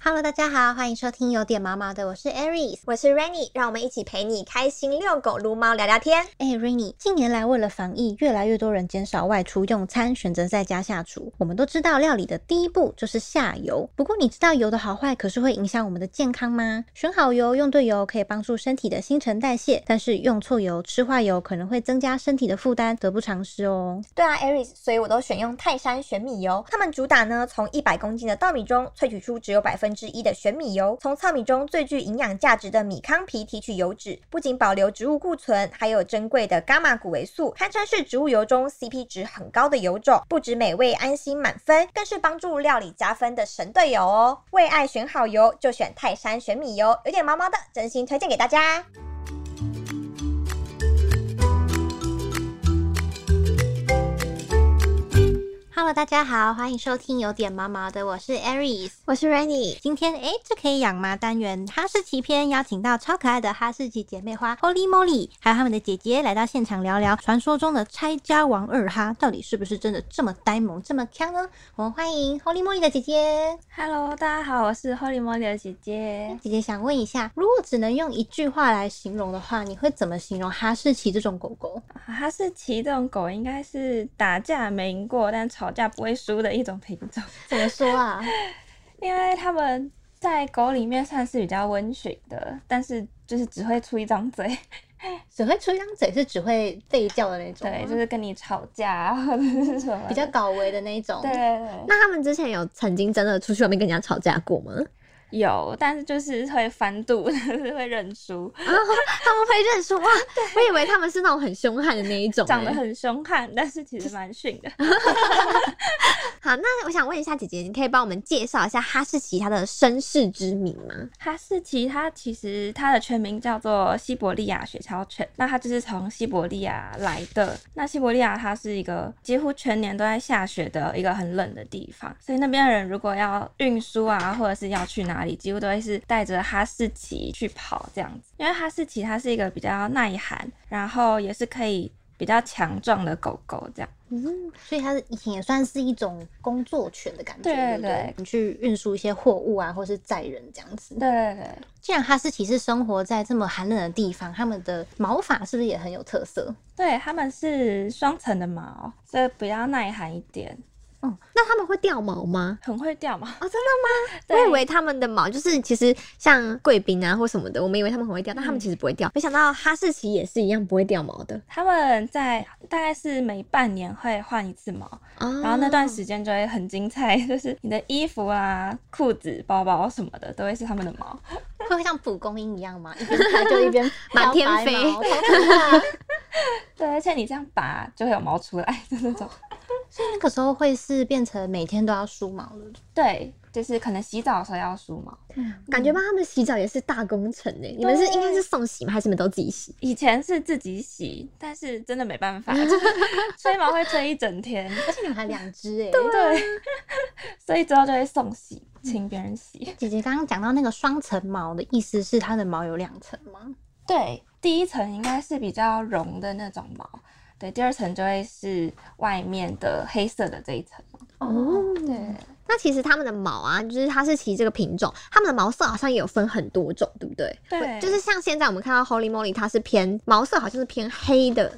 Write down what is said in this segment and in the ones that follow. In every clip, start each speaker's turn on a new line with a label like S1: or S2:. S1: Hello，大家好，欢迎收听有点毛毛的，我是 Aries。
S2: 我是 Rainy，让我们一起陪你开心遛狗、撸猫、聊聊天。
S1: 哎，Rainy，近年来为了防疫，越来越多人减少外出用餐，选择在家下厨。我们都知道，料理的第一步就是下油。不过，你知道油的好坏可是会影响我们的健康吗？选好油，用对油可以帮助身体的新陈代谢，但是用错油、吃坏油可能会增加身体的负担，得不偿失哦。
S2: 对啊，Aries，所以我都选用泰山玄米油。他们主打呢，从一百公斤的稻米中萃取出只有百分之一的玄米油，从糙米中最具营养价值的米糠皮提取油脂，不仅保留植物固醇，还有珍贵的伽马谷维素，堪称是植物油中 CP 值很高的油种。不止美味安心满分，更是帮助料理加分的神队友哦。为爱选好油，就选泰山玄米油，有点毛毛的，真心推荐给大家。
S1: Hello，大家好，欢迎收听有点毛毛的，我是 Aries。
S2: 我是 Rainy，
S1: 今天诶，这可以养吗？单元哈士奇篇邀请到超可爱的哈士奇姐妹花 Holy Moly，还有她们的姐姐来到现场聊聊传说中的拆家王二哈到底是不是真的这么呆萌这么强呢？我们欢迎 Holy Moly 的姐姐。
S3: Hello，大家好，我是 Holy Molly 的姐姐。
S1: 姐姐想问一下，如果只能用一句话来形容的话，你会怎么形容哈士奇这种狗狗？
S3: 哈士奇这种狗应该是打架没赢过，但吵架不会输的一种品种，
S1: 怎么说啊？
S3: 因为它们在狗里面算是比较温驯的，但是就是只会出一张嘴，
S1: 只会出一张嘴是只会吠叫的那种吗，
S3: 对，就是跟你吵架啊或者是什么的
S1: 比较搞维的那一种。
S3: 对对对。
S2: 那他们之前有曾经真的出去外面跟人家吵架过吗？
S3: 有，但是就是会翻肚， 就是会认输，
S2: 他们会认输 哇！我以为他们是那种很凶悍的那一种、欸。
S3: 长得很凶悍，但是其实蛮逊的。
S2: 好，那我想问一下姐姐，你可以帮我们介绍一下哈士奇它的身世之谜吗？
S3: 哈士奇它其实它的全名叫做西伯利亚雪橇犬，那它就是从西伯利亚来的。那西伯利亚它是一个几乎全年都在下雪的一个很冷的地方，所以那边的人如果要运输啊，或者是要去哪里，几乎都会是带着哈士奇去跑这样子。因为哈士奇它是一个比较耐寒，然后也是可以比较强壮的狗狗这样。
S1: 嗯，所以它以前也算是一种工作犬的感觉，
S3: 对
S1: 对不
S3: 对
S1: 你去运输一些货物啊，或是载人这样子。
S3: 对对对。
S1: 既然哈士奇是生活在这么寒冷的地方，它们的毛发是不是也很有特 色？
S3: 对，它们是双层的毛，所以比较耐寒一点，
S1: 哦，
S2: 那他们会掉毛吗？
S3: 很会掉毛。
S2: 哦，真的吗？
S3: 对
S2: 我以为他们的毛就是其实像贵宾啊或什么的，我们以为他们很会掉，但他们其实不会掉。没想到哈士奇也是一样不会掉毛的。
S3: 他们在大概是每半年会换一次毛，
S2: 哦
S3: 然后那段时间就会很精彩， 就是你的衣服啊、裤子、包包什么的都会是他们的毛。
S1: 会不会像蒲公英一样吗？一边拍就一边
S2: 满天
S1: 飘白
S2: 飞
S1: 毛嗯头发啊
S3: 对，而且你这样拔就会有毛出来的那种。
S1: 所以那个时候会是变成每天都要梳毛了。
S3: 对，就是可能洗澡的时候要梳毛。
S2: 感觉帮他们洗澡也是大工程呢、你们是应该是送洗吗？还是你们都自己洗？
S3: 以前是自己洗，但是真的没办法， 就是吹毛会吹一整天。
S1: 而且你们还两只哎。
S3: 对， 所以之后就会送洗，请别人洗。
S1: 姐姐刚刚讲到那个双层毛的意思是它的毛有两层吗？
S3: 对，第一层应该是比较绒的那种毛，对，第二层就会是外面的黑色的这一层毛。
S2: 哦，
S3: 对，
S2: 那其实他们的毛啊，就是哈士奇这个品种，他们的毛色好像也有分很多种，对不对？
S3: 对
S2: 就是像现在我们看到 Holy Moly，它是偏毛色好像是偏黑的。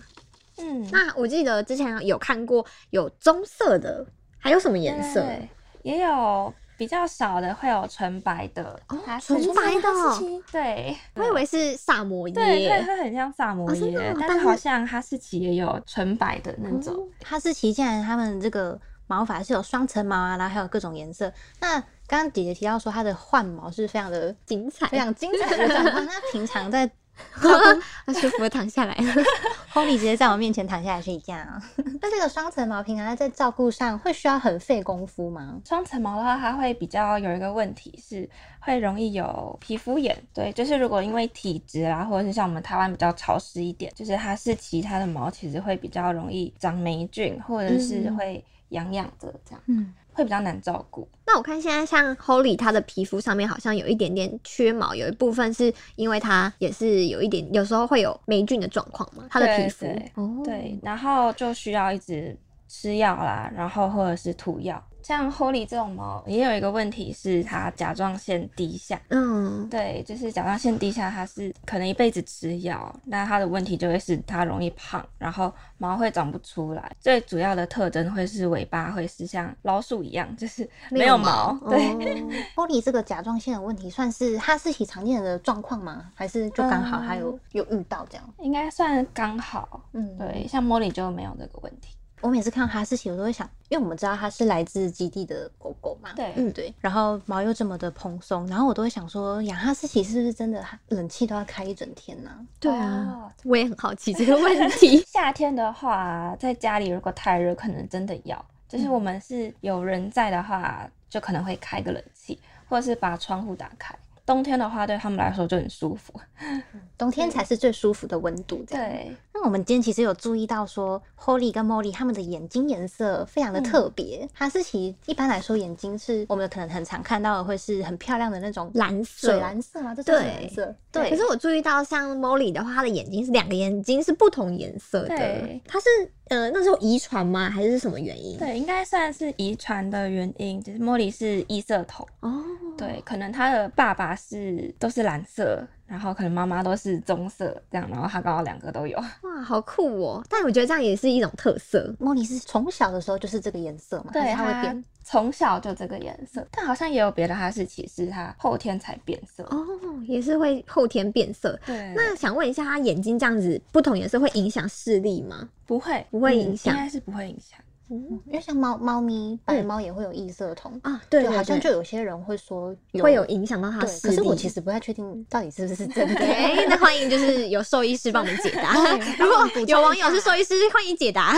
S3: 嗯，
S2: 那我记得之前有看过有棕色的，还有什么颜色？
S3: 对也有比较少的会有纯白的，
S2: 哦
S3: 它是
S2: 纯白的哦
S3: 哈士奇对，
S2: 我以为是萨摩
S3: 对对，
S2: 耶。
S3: 它很像萨摩
S2: 哦真的
S3: 耶，
S2: 哦
S3: 但
S2: 但
S3: 是
S2: 是哦
S3: 好像哈士奇也有纯白的那种。
S1: 哈士奇既然它们这个毛发是有双层毛啊，然后还有各种颜色。那刚刚姐姐提到说它的换毛是非常的
S2: 精彩，
S1: 非常精彩的状况。那平常在
S2: 它舒服的躺下来了。
S1: Holy 直接在我面前躺下来睡觉， 那这个双层毛平常在照顾上会需要很费功夫吗？
S3: 双层毛的话，它会比较有一个问题是会容易有皮肤炎，对，就是如果因为体质啊，或者是像我们台湾比较潮湿一点，就是哈士奇它的毛其实会比较容易长霉菌，或者是会痒痒的这样，
S1: 嗯，
S3: 会比较难照顾。
S2: 那我看现在像 Holy，它的皮肤上面好像有一点点缺毛，有一部分是因为它也是有一点，有时候会有霉菌的状况嘛，它的皮肤
S3: 对对
S2: 哦，
S3: 对，然后就需要一直施药啦，然后或者是涂药。像 Holy 这种猫也有一个问题是它甲状腺低下，
S1: 嗯，
S3: 对，就是甲状腺低下，它是可能一辈子吃药，那它的问题就会是它容易胖，然后毛会长不出来。最主要的特征会是尾巴会是像老鼠一样，就是没有毛。 哦对，
S2: 哦
S1: 对，玻璃这个甲状腺的问题，算是它是挺常见的状况吗？还是就刚好还有、有遇到这样？
S3: 应该算刚好。
S1: 嗯，
S3: 对，像 Molly 就没有这个问题。
S1: 我每次看到哈士奇，我都会想，因为我们知道它是来自基地的狗狗嘛，
S3: 对
S1: 嗯对，然后毛又这么的蓬松，然后我都会想说，养哈士奇是不是真的冷气都要开一整天呢、
S2: 对啊，
S3: 哦。
S2: 我也很好奇这个问 题
S3: 夏天的话，在家里如果太热，可能真的要。就是我们是有人在的话，就可能会开个冷气，或者是把窗户打开。冬天的话，对他们来说就很舒服。
S1: 冬天才是最舒服的温度，这样。
S3: 对，
S1: 那我们今天其实有注意到说，Holly 跟 Molly 他们的眼睛颜色非常的
S3: 嗯
S1: 特别。哈士奇一般来说眼睛是我们可能很常看到的，会是很漂亮的那种
S2: 蓝色
S1: 水蓝色吗？这是
S2: 对
S1: 水蓝色，
S2: 对，可是我注意到像 Molly 的话，她的眼睛是两个眼睛是不同颜色的
S3: 对。
S2: 她是呃那时候遗传吗？还是什么原因？
S3: 对，应该算是遗传的原因，就是莫莉是异色头，
S2: 哦，
S3: 对，可能她的爸爸是都是蓝色，然后可能妈妈都是棕色，这样，然后她刚好两个都有。
S2: 哇，好酷哦！但我觉得这样也是一种特色。
S1: 茉莉是从小的时候就是这个颜色嘛，还
S3: 对，
S1: 是它会
S3: 她
S1: 变。
S3: 从小就这个颜色，但好像也有别的哈士奇是她后天才变色。
S2: 哦，也是会后天变色。
S3: 对，
S2: 那想问一下，她眼睛这样子不同颜色会影响视力吗？
S3: 不会
S2: 不会
S3: 嗯
S2: 影响
S3: 应该是不会影响。
S2: 嗯
S1: 因为像猫猫咪，白猫也会有异色瞳，
S2: 啊，嗯对
S1: 就
S2: 对
S1: 好像
S2: 对
S1: 就有些人会说
S2: 会有影响到她的
S1: 对，
S2: 视
S1: 可
S2: 力。
S1: 是我其 实不太确定到底是不是真的。
S2: 对，那欢迎就是有兽医师帮我们解 答。如果有网友是兽医师，欢迎解 答。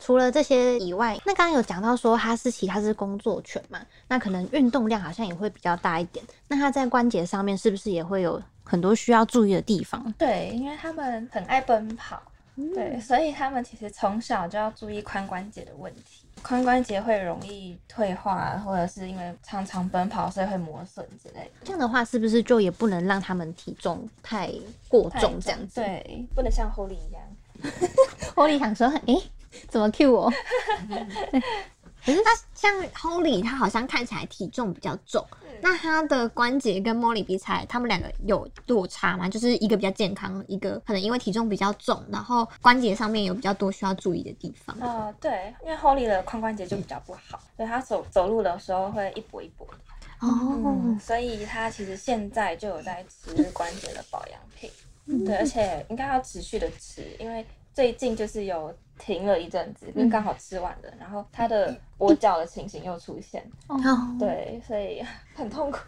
S1: 除了这些以外，那刚刚有讲到说哈士奇它是工作犬嘛，那可能运动量好像也会比较大一点。那它在关节上面是不是也会有很多需要注意的地方？
S3: 对，因为他们很爱奔跑，
S1: 嗯
S3: 对，所以他们其实从小就要注意髋关节的问题。髋关节会容易退化，或者是因为常常奔跑，所以会磨损之类的。
S1: 这样的话，是不是就也不能让它们体重太过
S3: 太
S2: 哎
S1: 重这样子？，
S3: 对，不能像狐狸一样。
S1: 我里想 说，诶、怎么 Q 我？
S2: 可是他像 Holy，他好像看起来体重比较重，那他的关节跟 Molly 比起来，他们两个有落差吗？就是一个比较健康，一个可能因为体重比较重，然后关节上面有比较多需要注意的地方。
S3: 呃，对，因为 Holly 的髋关节就比较不好，所以他走走路的时候会一跛一跛的。
S2: 哦，
S3: 所以他其实现在就有在吃关节的保养品，
S2: 嗯
S3: 对，而且应该要持续的吃，因为最近就是有停了一阵子，
S2: 嗯
S3: 因为刚好吃完的，然后他的跛脚的情形又出现，
S2: 哦
S3: 对，所 以很痛苦。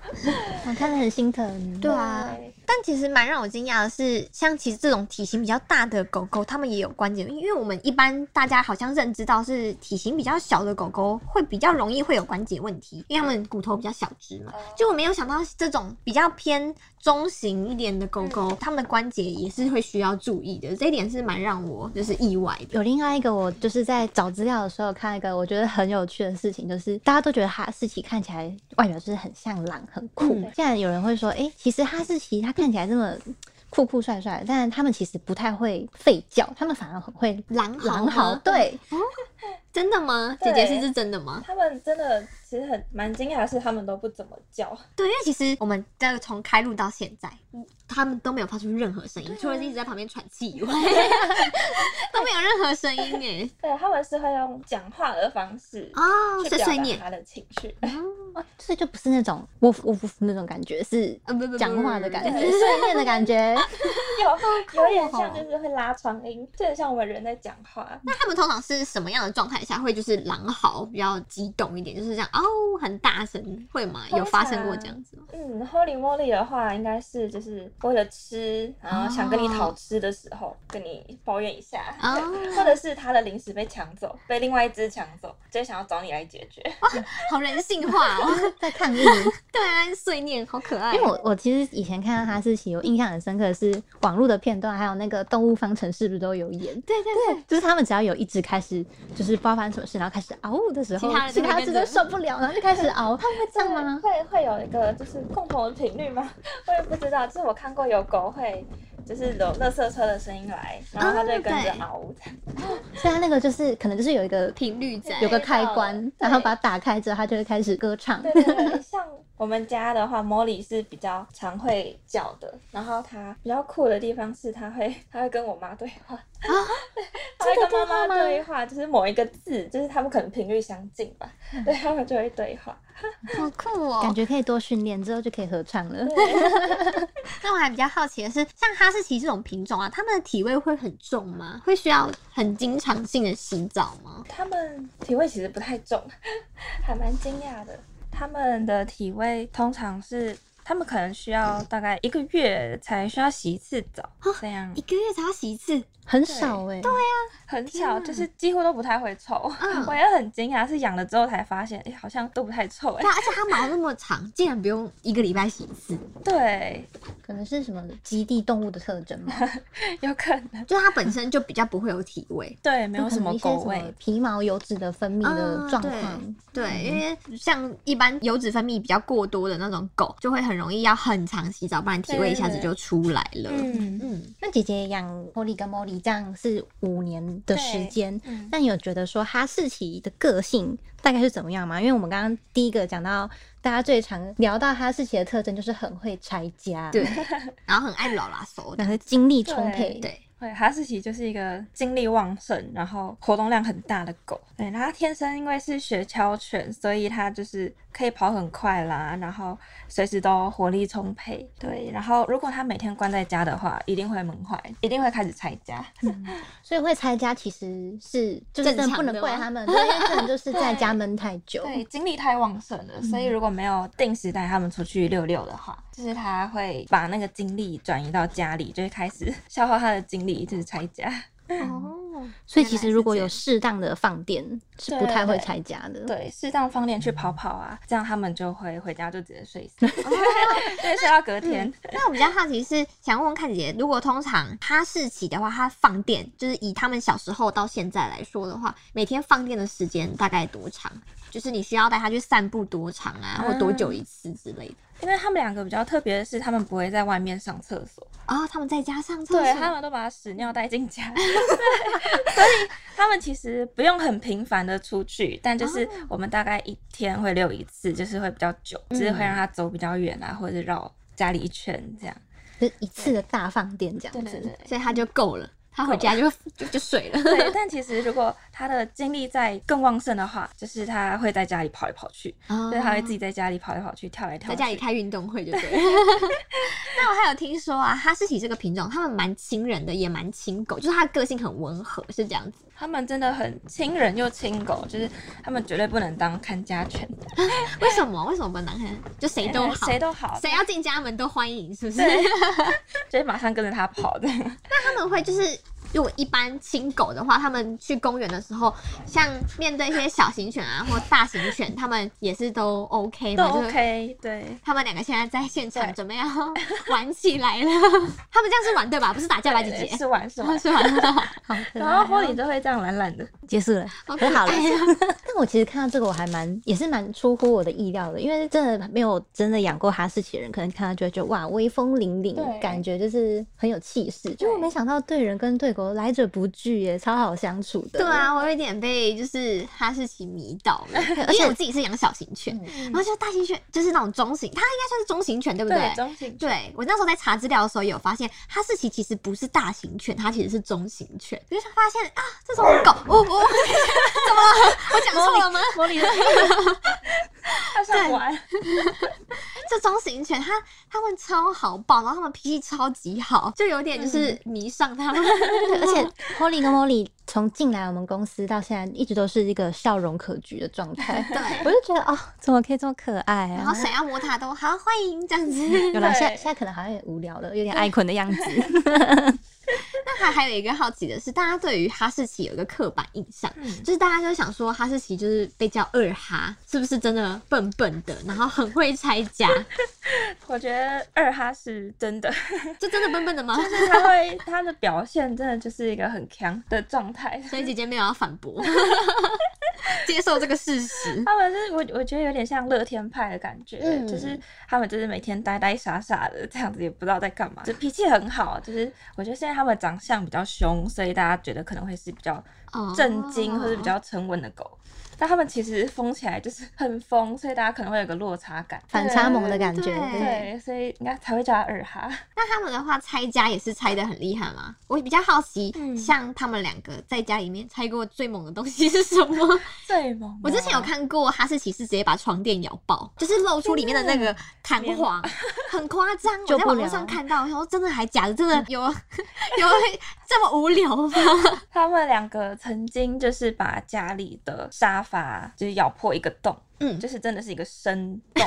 S1: 我看得很心疼。
S2: 对啊，
S3: 对
S2: 但其实蛮让我惊讶的是，像其实这种体型比较大的狗狗，它们也有关节病，因为我们一般大家好像认知到是体型比较小的狗狗会比较容易会有关节问题，因为它们骨头比较小只嘛。就我没有想到这种比较偏中型一点的狗狗，它们的关节也是会需要注意的，这一点是蛮让我就是意外的。
S1: 有另外一个，我就是在找资料的时候看一个我觉得很有趣的事情，就是大家都觉得哈士奇看起来外表就是很像狼，很酷。
S2: 嗯
S1: 现在有人会说，诶，其实哈士奇它看起来这么酷酷帅帅，但他们其实不太会吠叫，他们反而很会
S2: 狼嚎
S1: 狼嚎。
S2: 吗，
S1: 对，
S2: 真的吗？姐
S3: 对
S2: 姐是是真的吗？
S3: 他们真的其实很蛮惊讶，是他们都不怎么叫，
S2: 对，因为其实我们在从开录到现在，嗯他们都没有发出任何声音，除了一直在旁边喘气以外，
S1: 啊
S2: 都没有任何声音哎。
S3: 对，他们是会用讲话的方式
S2: 哦，
S3: 去
S2: 碎
S3: 表
S2: 碎
S3: 达
S2: 念，
S3: 他的情 绪，
S1: 哦所以就不是那种喔喔喔那种感觉，是
S2: 呃不不不
S1: 讲话的感觉，
S3: 对
S1: 碎念的感觉。
S3: 有有
S2: 哦
S3: 点像就是会拉长音，就很像我们人在讲话。
S2: 那他们通常是什么样的状态下会就是狼嚎比较激动一点，就是这样哦，很大声，会吗？有发生过这样子吗？
S3: 嗯，Holy Moly 的话，应该是就是为了吃，然后想跟你讨吃的时候，跟你抱怨一下，
S2: 哦
S3: 或者是他的零食被抢走，被另外一只抢走，就想要找你来解决。
S2: 好人性化哦，
S1: 在抗议，
S2: 对啊，碎念好可爱
S1: 因为。我我其实以前看到哈士奇，我印象很深刻的是网络的片段，还有那个《动物方程式》不是都有演？
S2: 对对对，
S1: 就是他们只要有一只开始就是不知道发生什么事，然后开始嗷呜的时候，
S2: 其他人
S1: 其
S2: 就会
S1: 他只
S2: 跟
S1: 都
S2: 着
S1: 受不了，然后就开始嗷。他们会这样 吗？
S3: 会会有一个就是共同的频率吗？我也不知道，就是我看过有狗会就是有垃圾车的声音来，然后它
S1: 哦
S3: 就会跟着
S2: 对
S3: 嗷呜。
S1: 所以它那个就是可能就是有一个
S2: 频率在
S1: 有个开关
S3: 对，
S1: 然后把它打开之后，它就会开始歌唱。
S3: 对对对，像我们家的话，Molly 是比较常会叫的，然后她比较酷的地方是，她会她会跟我妈对话 啊，她会跟妈妈对话，就是某一个字，就是他们可能频率相近吧，对他们就会对话。
S2: 好酷哦！
S1: 感觉可以多训练，之后就可以合唱了。
S2: 那我还比较好奇的是，像哈士奇这种品种啊，它们的体味会很重吗？会需要很经常性的洗澡吗？
S3: 他们体味其实不太重，还蛮惊讶的。他们的体味通常是。他们可能需要大概一个月才需要洗一次澡，这样
S2: 一个月才要洗一 次，
S1: 很少哎、对
S3: 很
S1: 啊
S3: 巧，就是几乎都不太会臭。
S1: 嗯
S3: 我也很惊讶，是养了之后才发现，哎、好像都不太臭、哎
S2: 对、啊，而且它毛那么长，竟然不用一个礼拜洗一次，
S3: 对，
S1: 可能是什么基地动物的特征嘛，
S3: 有可能，
S2: 就它本身就比较不会有体味。
S3: 对，没有
S1: 可
S3: 什
S1: 能
S3: 么
S1: 一些
S3: 狗
S1: 什么
S3: 味，
S1: 皮毛油脂的分泌的
S2: 啊
S1: 状
S2: 对
S1: 况。
S2: 对，因为像一般油脂分泌比较过多的那种狗，就会很容易要很常洗澡，不然体味一下子就出来了。
S3: 嗯，
S2: 嗯，
S1: 那姐姐养 Polly 跟 Molly 这样是五年的时间，
S3: 嗯
S1: 那你有觉得说哈士奇的个性大概是怎么样吗？因为我们刚刚第一个讲到，大家最常聊到哈士奇的特征就是很会拆家，
S2: 对，然后很爱老拉手的
S1: 然，后精力充沛，
S3: 对
S2: 对，
S3: 对，哈士奇就是一个精力旺盛，然后活动量很大的狗。对，然后它天生因为是雪橇犬，所以它就是可以跑很快啦，然后随时都活力充沛。对，然后如果它每天关在家的话，一定会闷坏，一定会开始拆家。
S1: 嗯所以会拆家其实是就是真
S2: 正
S1: 的不
S2: 常的
S1: 能怪
S2: 吗
S1: 他们，因为可能就是在家闷太久。
S3: 对，精力太旺盛了，所以如果没有定时带他们出去溜溜的话，就是他会把那个精力转移到家里，就会开始 消耗他的精力，就是拆家。
S2: 哦，
S1: 所以其实如果
S2: 原
S1: 有
S2: 来是
S1: 适当的放电，是
S3: 对
S1: 不太会
S3: 对
S1: 拆家的。
S3: 对，适当放电去跑跑啊，这样他们就会回家就直接睡死， 对，睡到隔天。
S2: 这样那我比较好奇是，想问问看姐姐，如果通常哈士奇的话，它放电就是以他们小时候到现在来说的话，每天放电的时间大概多长？就是你需要带它去散步多长啊，或多
S3: 嗯
S2: 久一次之类的？
S3: 因为他们两个比较特别的是，他们不会在外面上厕所，
S2: 啊、他们在家上厕 所，
S3: 对他们都把屎尿带进家， 对，所以他们其实不用很频繁的出去，但就是
S2: 哦
S3: 我们大概一天会遛一次，就是会比较久，
S2: 嗯
S3: 就是会让它走比较远啊，或者绕家里一圈这样。
S1: 就是一次的大放电这样
S3: 对
S1: 子。
S3: 对
S2: 所以它就够了，它回家就就就睡了。
S3: 对，但其实如果它的精力再更旺盛的话，就是它会在家里跑来跑去，
S2: 啊
S3: 对，它会自己在家里跑来跑去，跳来跳
S2: 哦在
S3: 去。
S2: 家里开运动会就对 了。那我还有听说啊，哈士奇这个品种，它们蛮亲人的，也蛮亲狗，就是它的个性很温和，是这样子。
S3: 他们真的很亲人又亲狗，就是他们绝对不能当看家犬，
S2: 为什么？为什么不能看？就谁都好，
S3: 谁都好，
S2: 谁要进家门都欢迎，是不是？
S3: 对， 就是马上跟着它跑的。
S2: 他们会就是，如果一般亲狗的话，他们去公园的时候，像面对一些小型犬啊或大型犬，他们也是都 OK
S3: 都
S2: 嘛，就是
S3: OK，对，
S2: 他们两个现在在现场
S3: 对
S2: 准备要玩起来了，他们这样是玩对吧？不是打架吧，姐姐？
S3: 是玩是玩。
S2: 是啊玩了，
S1: 好可
S3: 然后
S1: 爱。
S3: 玻璃就会这样懒懒的，
S1: 结束了，很好了。
S2: 哎
S1: 但我其实看到这个，我还蛮也是蛮出乎我的意料的，因为真的没有真的养过哈士奇的人，可能看到就会觉得哇，威风凛凛，
S3: 对
S1: 感觉就是很有气势。结果没想到对人跟对狗来者不拒耶，超好相处的。
S2: 对 啊，我有点被就是哈士奇迷倒了，
S1: 而
S2: 因
S1: 且
S2: 为我自己是养小型犬，然后就大型犬就是那种中型，它应该算是中型犬对不
S3: 对，中性犬
S2: 对我那时候在查资料的时候，有发现哈士奇其实不是大型犬，它其实是中型犬。我就发现啊，这种狗， 我、哦、我、怎么了？ 我讲错了吗？
S3: 玻璃的， 它想玩，
S2: 这中型犬它它们超好抱，然后它们脾气超级好，就有点就是迷上它 们。
S1: 对，而且 Polly 跟 Molly 从进来我们公司到现在，一直都是一个笑容可掬的状态。
S2: 对，
S1: 我就觉得哦，怎么可以这么可爱
S2: 然
S1: 啊
S2: 后？谁要摸它都好欢迎这样子。
S1: 有啦，
S3: 对
S1: 现在现在可能好像也无聊了，有点爱困的样子。
S2: 那还还有一个好奇的是，大家对于哈士奇有一个刻板印象，就是大家就想说哈士奇就是被叫二哈，是不是真的笨笨的，然后很会拆 家，
S3: 我觉得二哈是真的，
S2: 就真的笨笨的吗？
S3: 就是它会它 的表现真的就是一个很强的状态，
S2: 所以姐姐没有要反驳。接受这个 事实。
S3: 他们是我我觉得有点像乐天派的感觉，
S1: 嗯
S3: 就是他们就是每天呆呆傻傻的这样子，也不知道在干嘛，就脾气很好。就是我觉得现在他们长相比较凶，所以大家觉得可能会是比较
S2: 哦
S3: 震惊或者比较沉稳的狗。但他们其实疯起来就是很疯，所以大家可能会有个落差感。
S1: 反差萌的感觉。
S2: 对
S3: 对，所以应该才会叫他 二哈。
S2: 那他们的话拆家也是拆的很厉害吗？我比较好奇，
S3: 嗯
S2: 像他们两个在家里面拆过最猛的东西是什 么？
S3: 最猛的！
S2: 我之前有看过哈士奇是直接把床垫咬爆，就是露出里面的那个弹簧，很夸张。
S1: 救
S2: 我在
S1: 不
S2: 网络
S1: 了
S2: 上看到，然后真的还假的，真的有有这么无聊吗？
S3: 他们两个曾经就是把家里的沙发就是咬破一个洞，
S2: 嗯
S3: 就是真的是一 个深洞，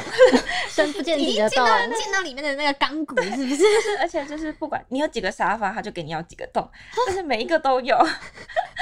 S1: 深不见
S2: 已
S1: 底
S2: 经
S1: 的
S2: 进
S1: 洞
S2: 到，进到里面的那个钢骨 是不
S3: 就
S2: 是？
S3: 是而且就是不管你有几个沙发，他就给你咬几个 洞，但是每一个都有。
S1: 这个
S2: 好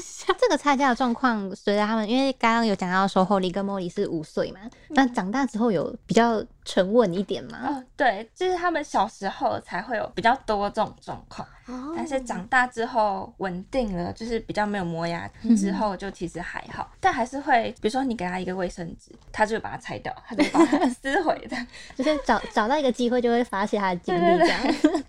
S2: 笑
S1: 这个差价的状况，随着他们，因为刚刚有讲到说，后里跟莫里是五岁嘛，那
S3: 嗯
S1: 长大之后有比较沉稳一点嘛，
S3: 哦，对，就是他们小时候才会有比较多这种状况，
S2: 哦
S3: 但是长大之后稳定了，就是比较没有磨牙
S2: 嗯
S3: 之后，就其实还好，但还是会，比如说你给他一个卫生纸，他就会把它拆掉，他就会把它 撕毁的。
S1: 就是找找到一个机会就会发泄他的精力
S3: 对对对
S1: 这样。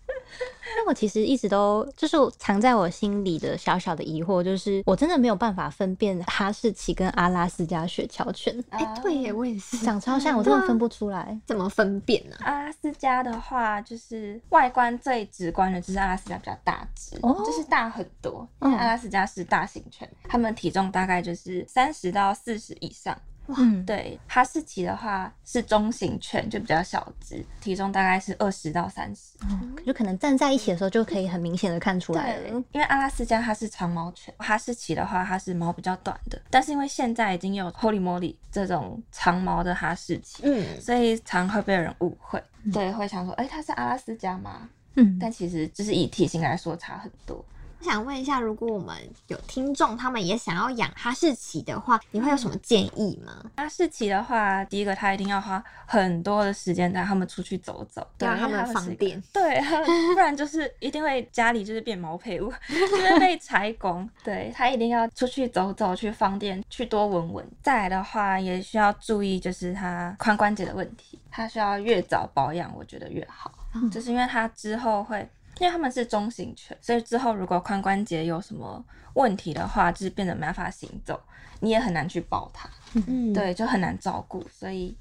S1: 那我其实一直都就是藏在我心里的小小的疑惑，就是我真的没有办法分辨哈士奇跟阿拉斯加雪橇 犬
S3: 哎
S2: 哎、对耶，我也是。
S1: 长超像，我真的分不出来。
S2: 怎么分辨呢、
S3: 阿拉斯加的话，就是外观最直观的就是阿拉斯加比较大只，
S1: 哦
S3: 就是大很多。
S1: 嗯
S3: 因为阿拉斯加是大型犬，它们体重大概就是三十到四十以上。
S1: 嗯，
S3: 对，哈士奇的话是中型犬，就比较小只，体重大概是二十到三十。
S1: 就可能站在一起的时候就可以很明显的看出来
S3: 对
S1: 了。，
S3: 因为阿拉斯加它是长毛犬，哈士奇的话它是毛比较短的，但是因为现在已经有 Holy Moly 这种长毛的哈士奇，
S2: 嗯，
S3: 所以常会被人误会，对，会想说，哎、它是阿拉斯加吗？
S1: 嗯，
S3: 但其实就是以体型来说差很多。
S2: 我想问一下，如果我们有听众他们也想要养哈士奇的话，你会有什么建议吗？
S3: 哈士奇的话，第一个它一定要花很多的时间带他们出去走走，对，
S2: 要让
S3: 因为
S2: 他
S3: 它
S2: 们
S3: 是
S2: 放
S3: 一个
S2: 电，
S3: 对，它们不然就是一定会家里就是变毛坯屋，就会被拆光。对，它一定要出去走走，去放电，去多闻闻。再来的话，也需要注意就是它髋关节的问题，它需要越早保养，我觉得越好，
S2: 嗯
S3: 就是因为它之后会。因为它们是中型犬，所以之后如果髋关节有什么问题的话，就是变得没办法行走，你也很难去抱它。
S2: 嗯，
S3: 对，就很难照顾，所以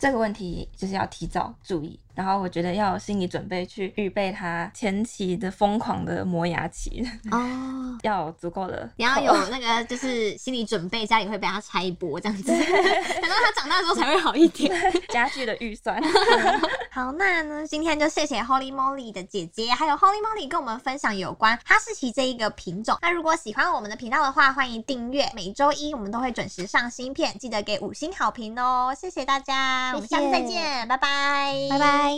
S3: 这个问题就是要提早注意。然后我觉得要有心理准备去预备它前期的疯狂的磨牙期，
S2: 哦，
S3: 要有足够的
S2: 你要有那个就是心理准备，家里会被他拆一波这样 子，等到他长大之后才会好一点。
S3: 家具的预算。
S2: 好，那呢，今天就谢谢 Holy Moly 的姐姐，还有 Holy Moly 跟我们分享有关哈士奇这一个品种。那如果喜欢我们的频道的话，欢迎订阅，每周一我们都会准时上新片，记得给五星好评哦，谢谢大家，我们下次再
S1: 谢谢
S2: 见，拜拜，
S1: 拜拜。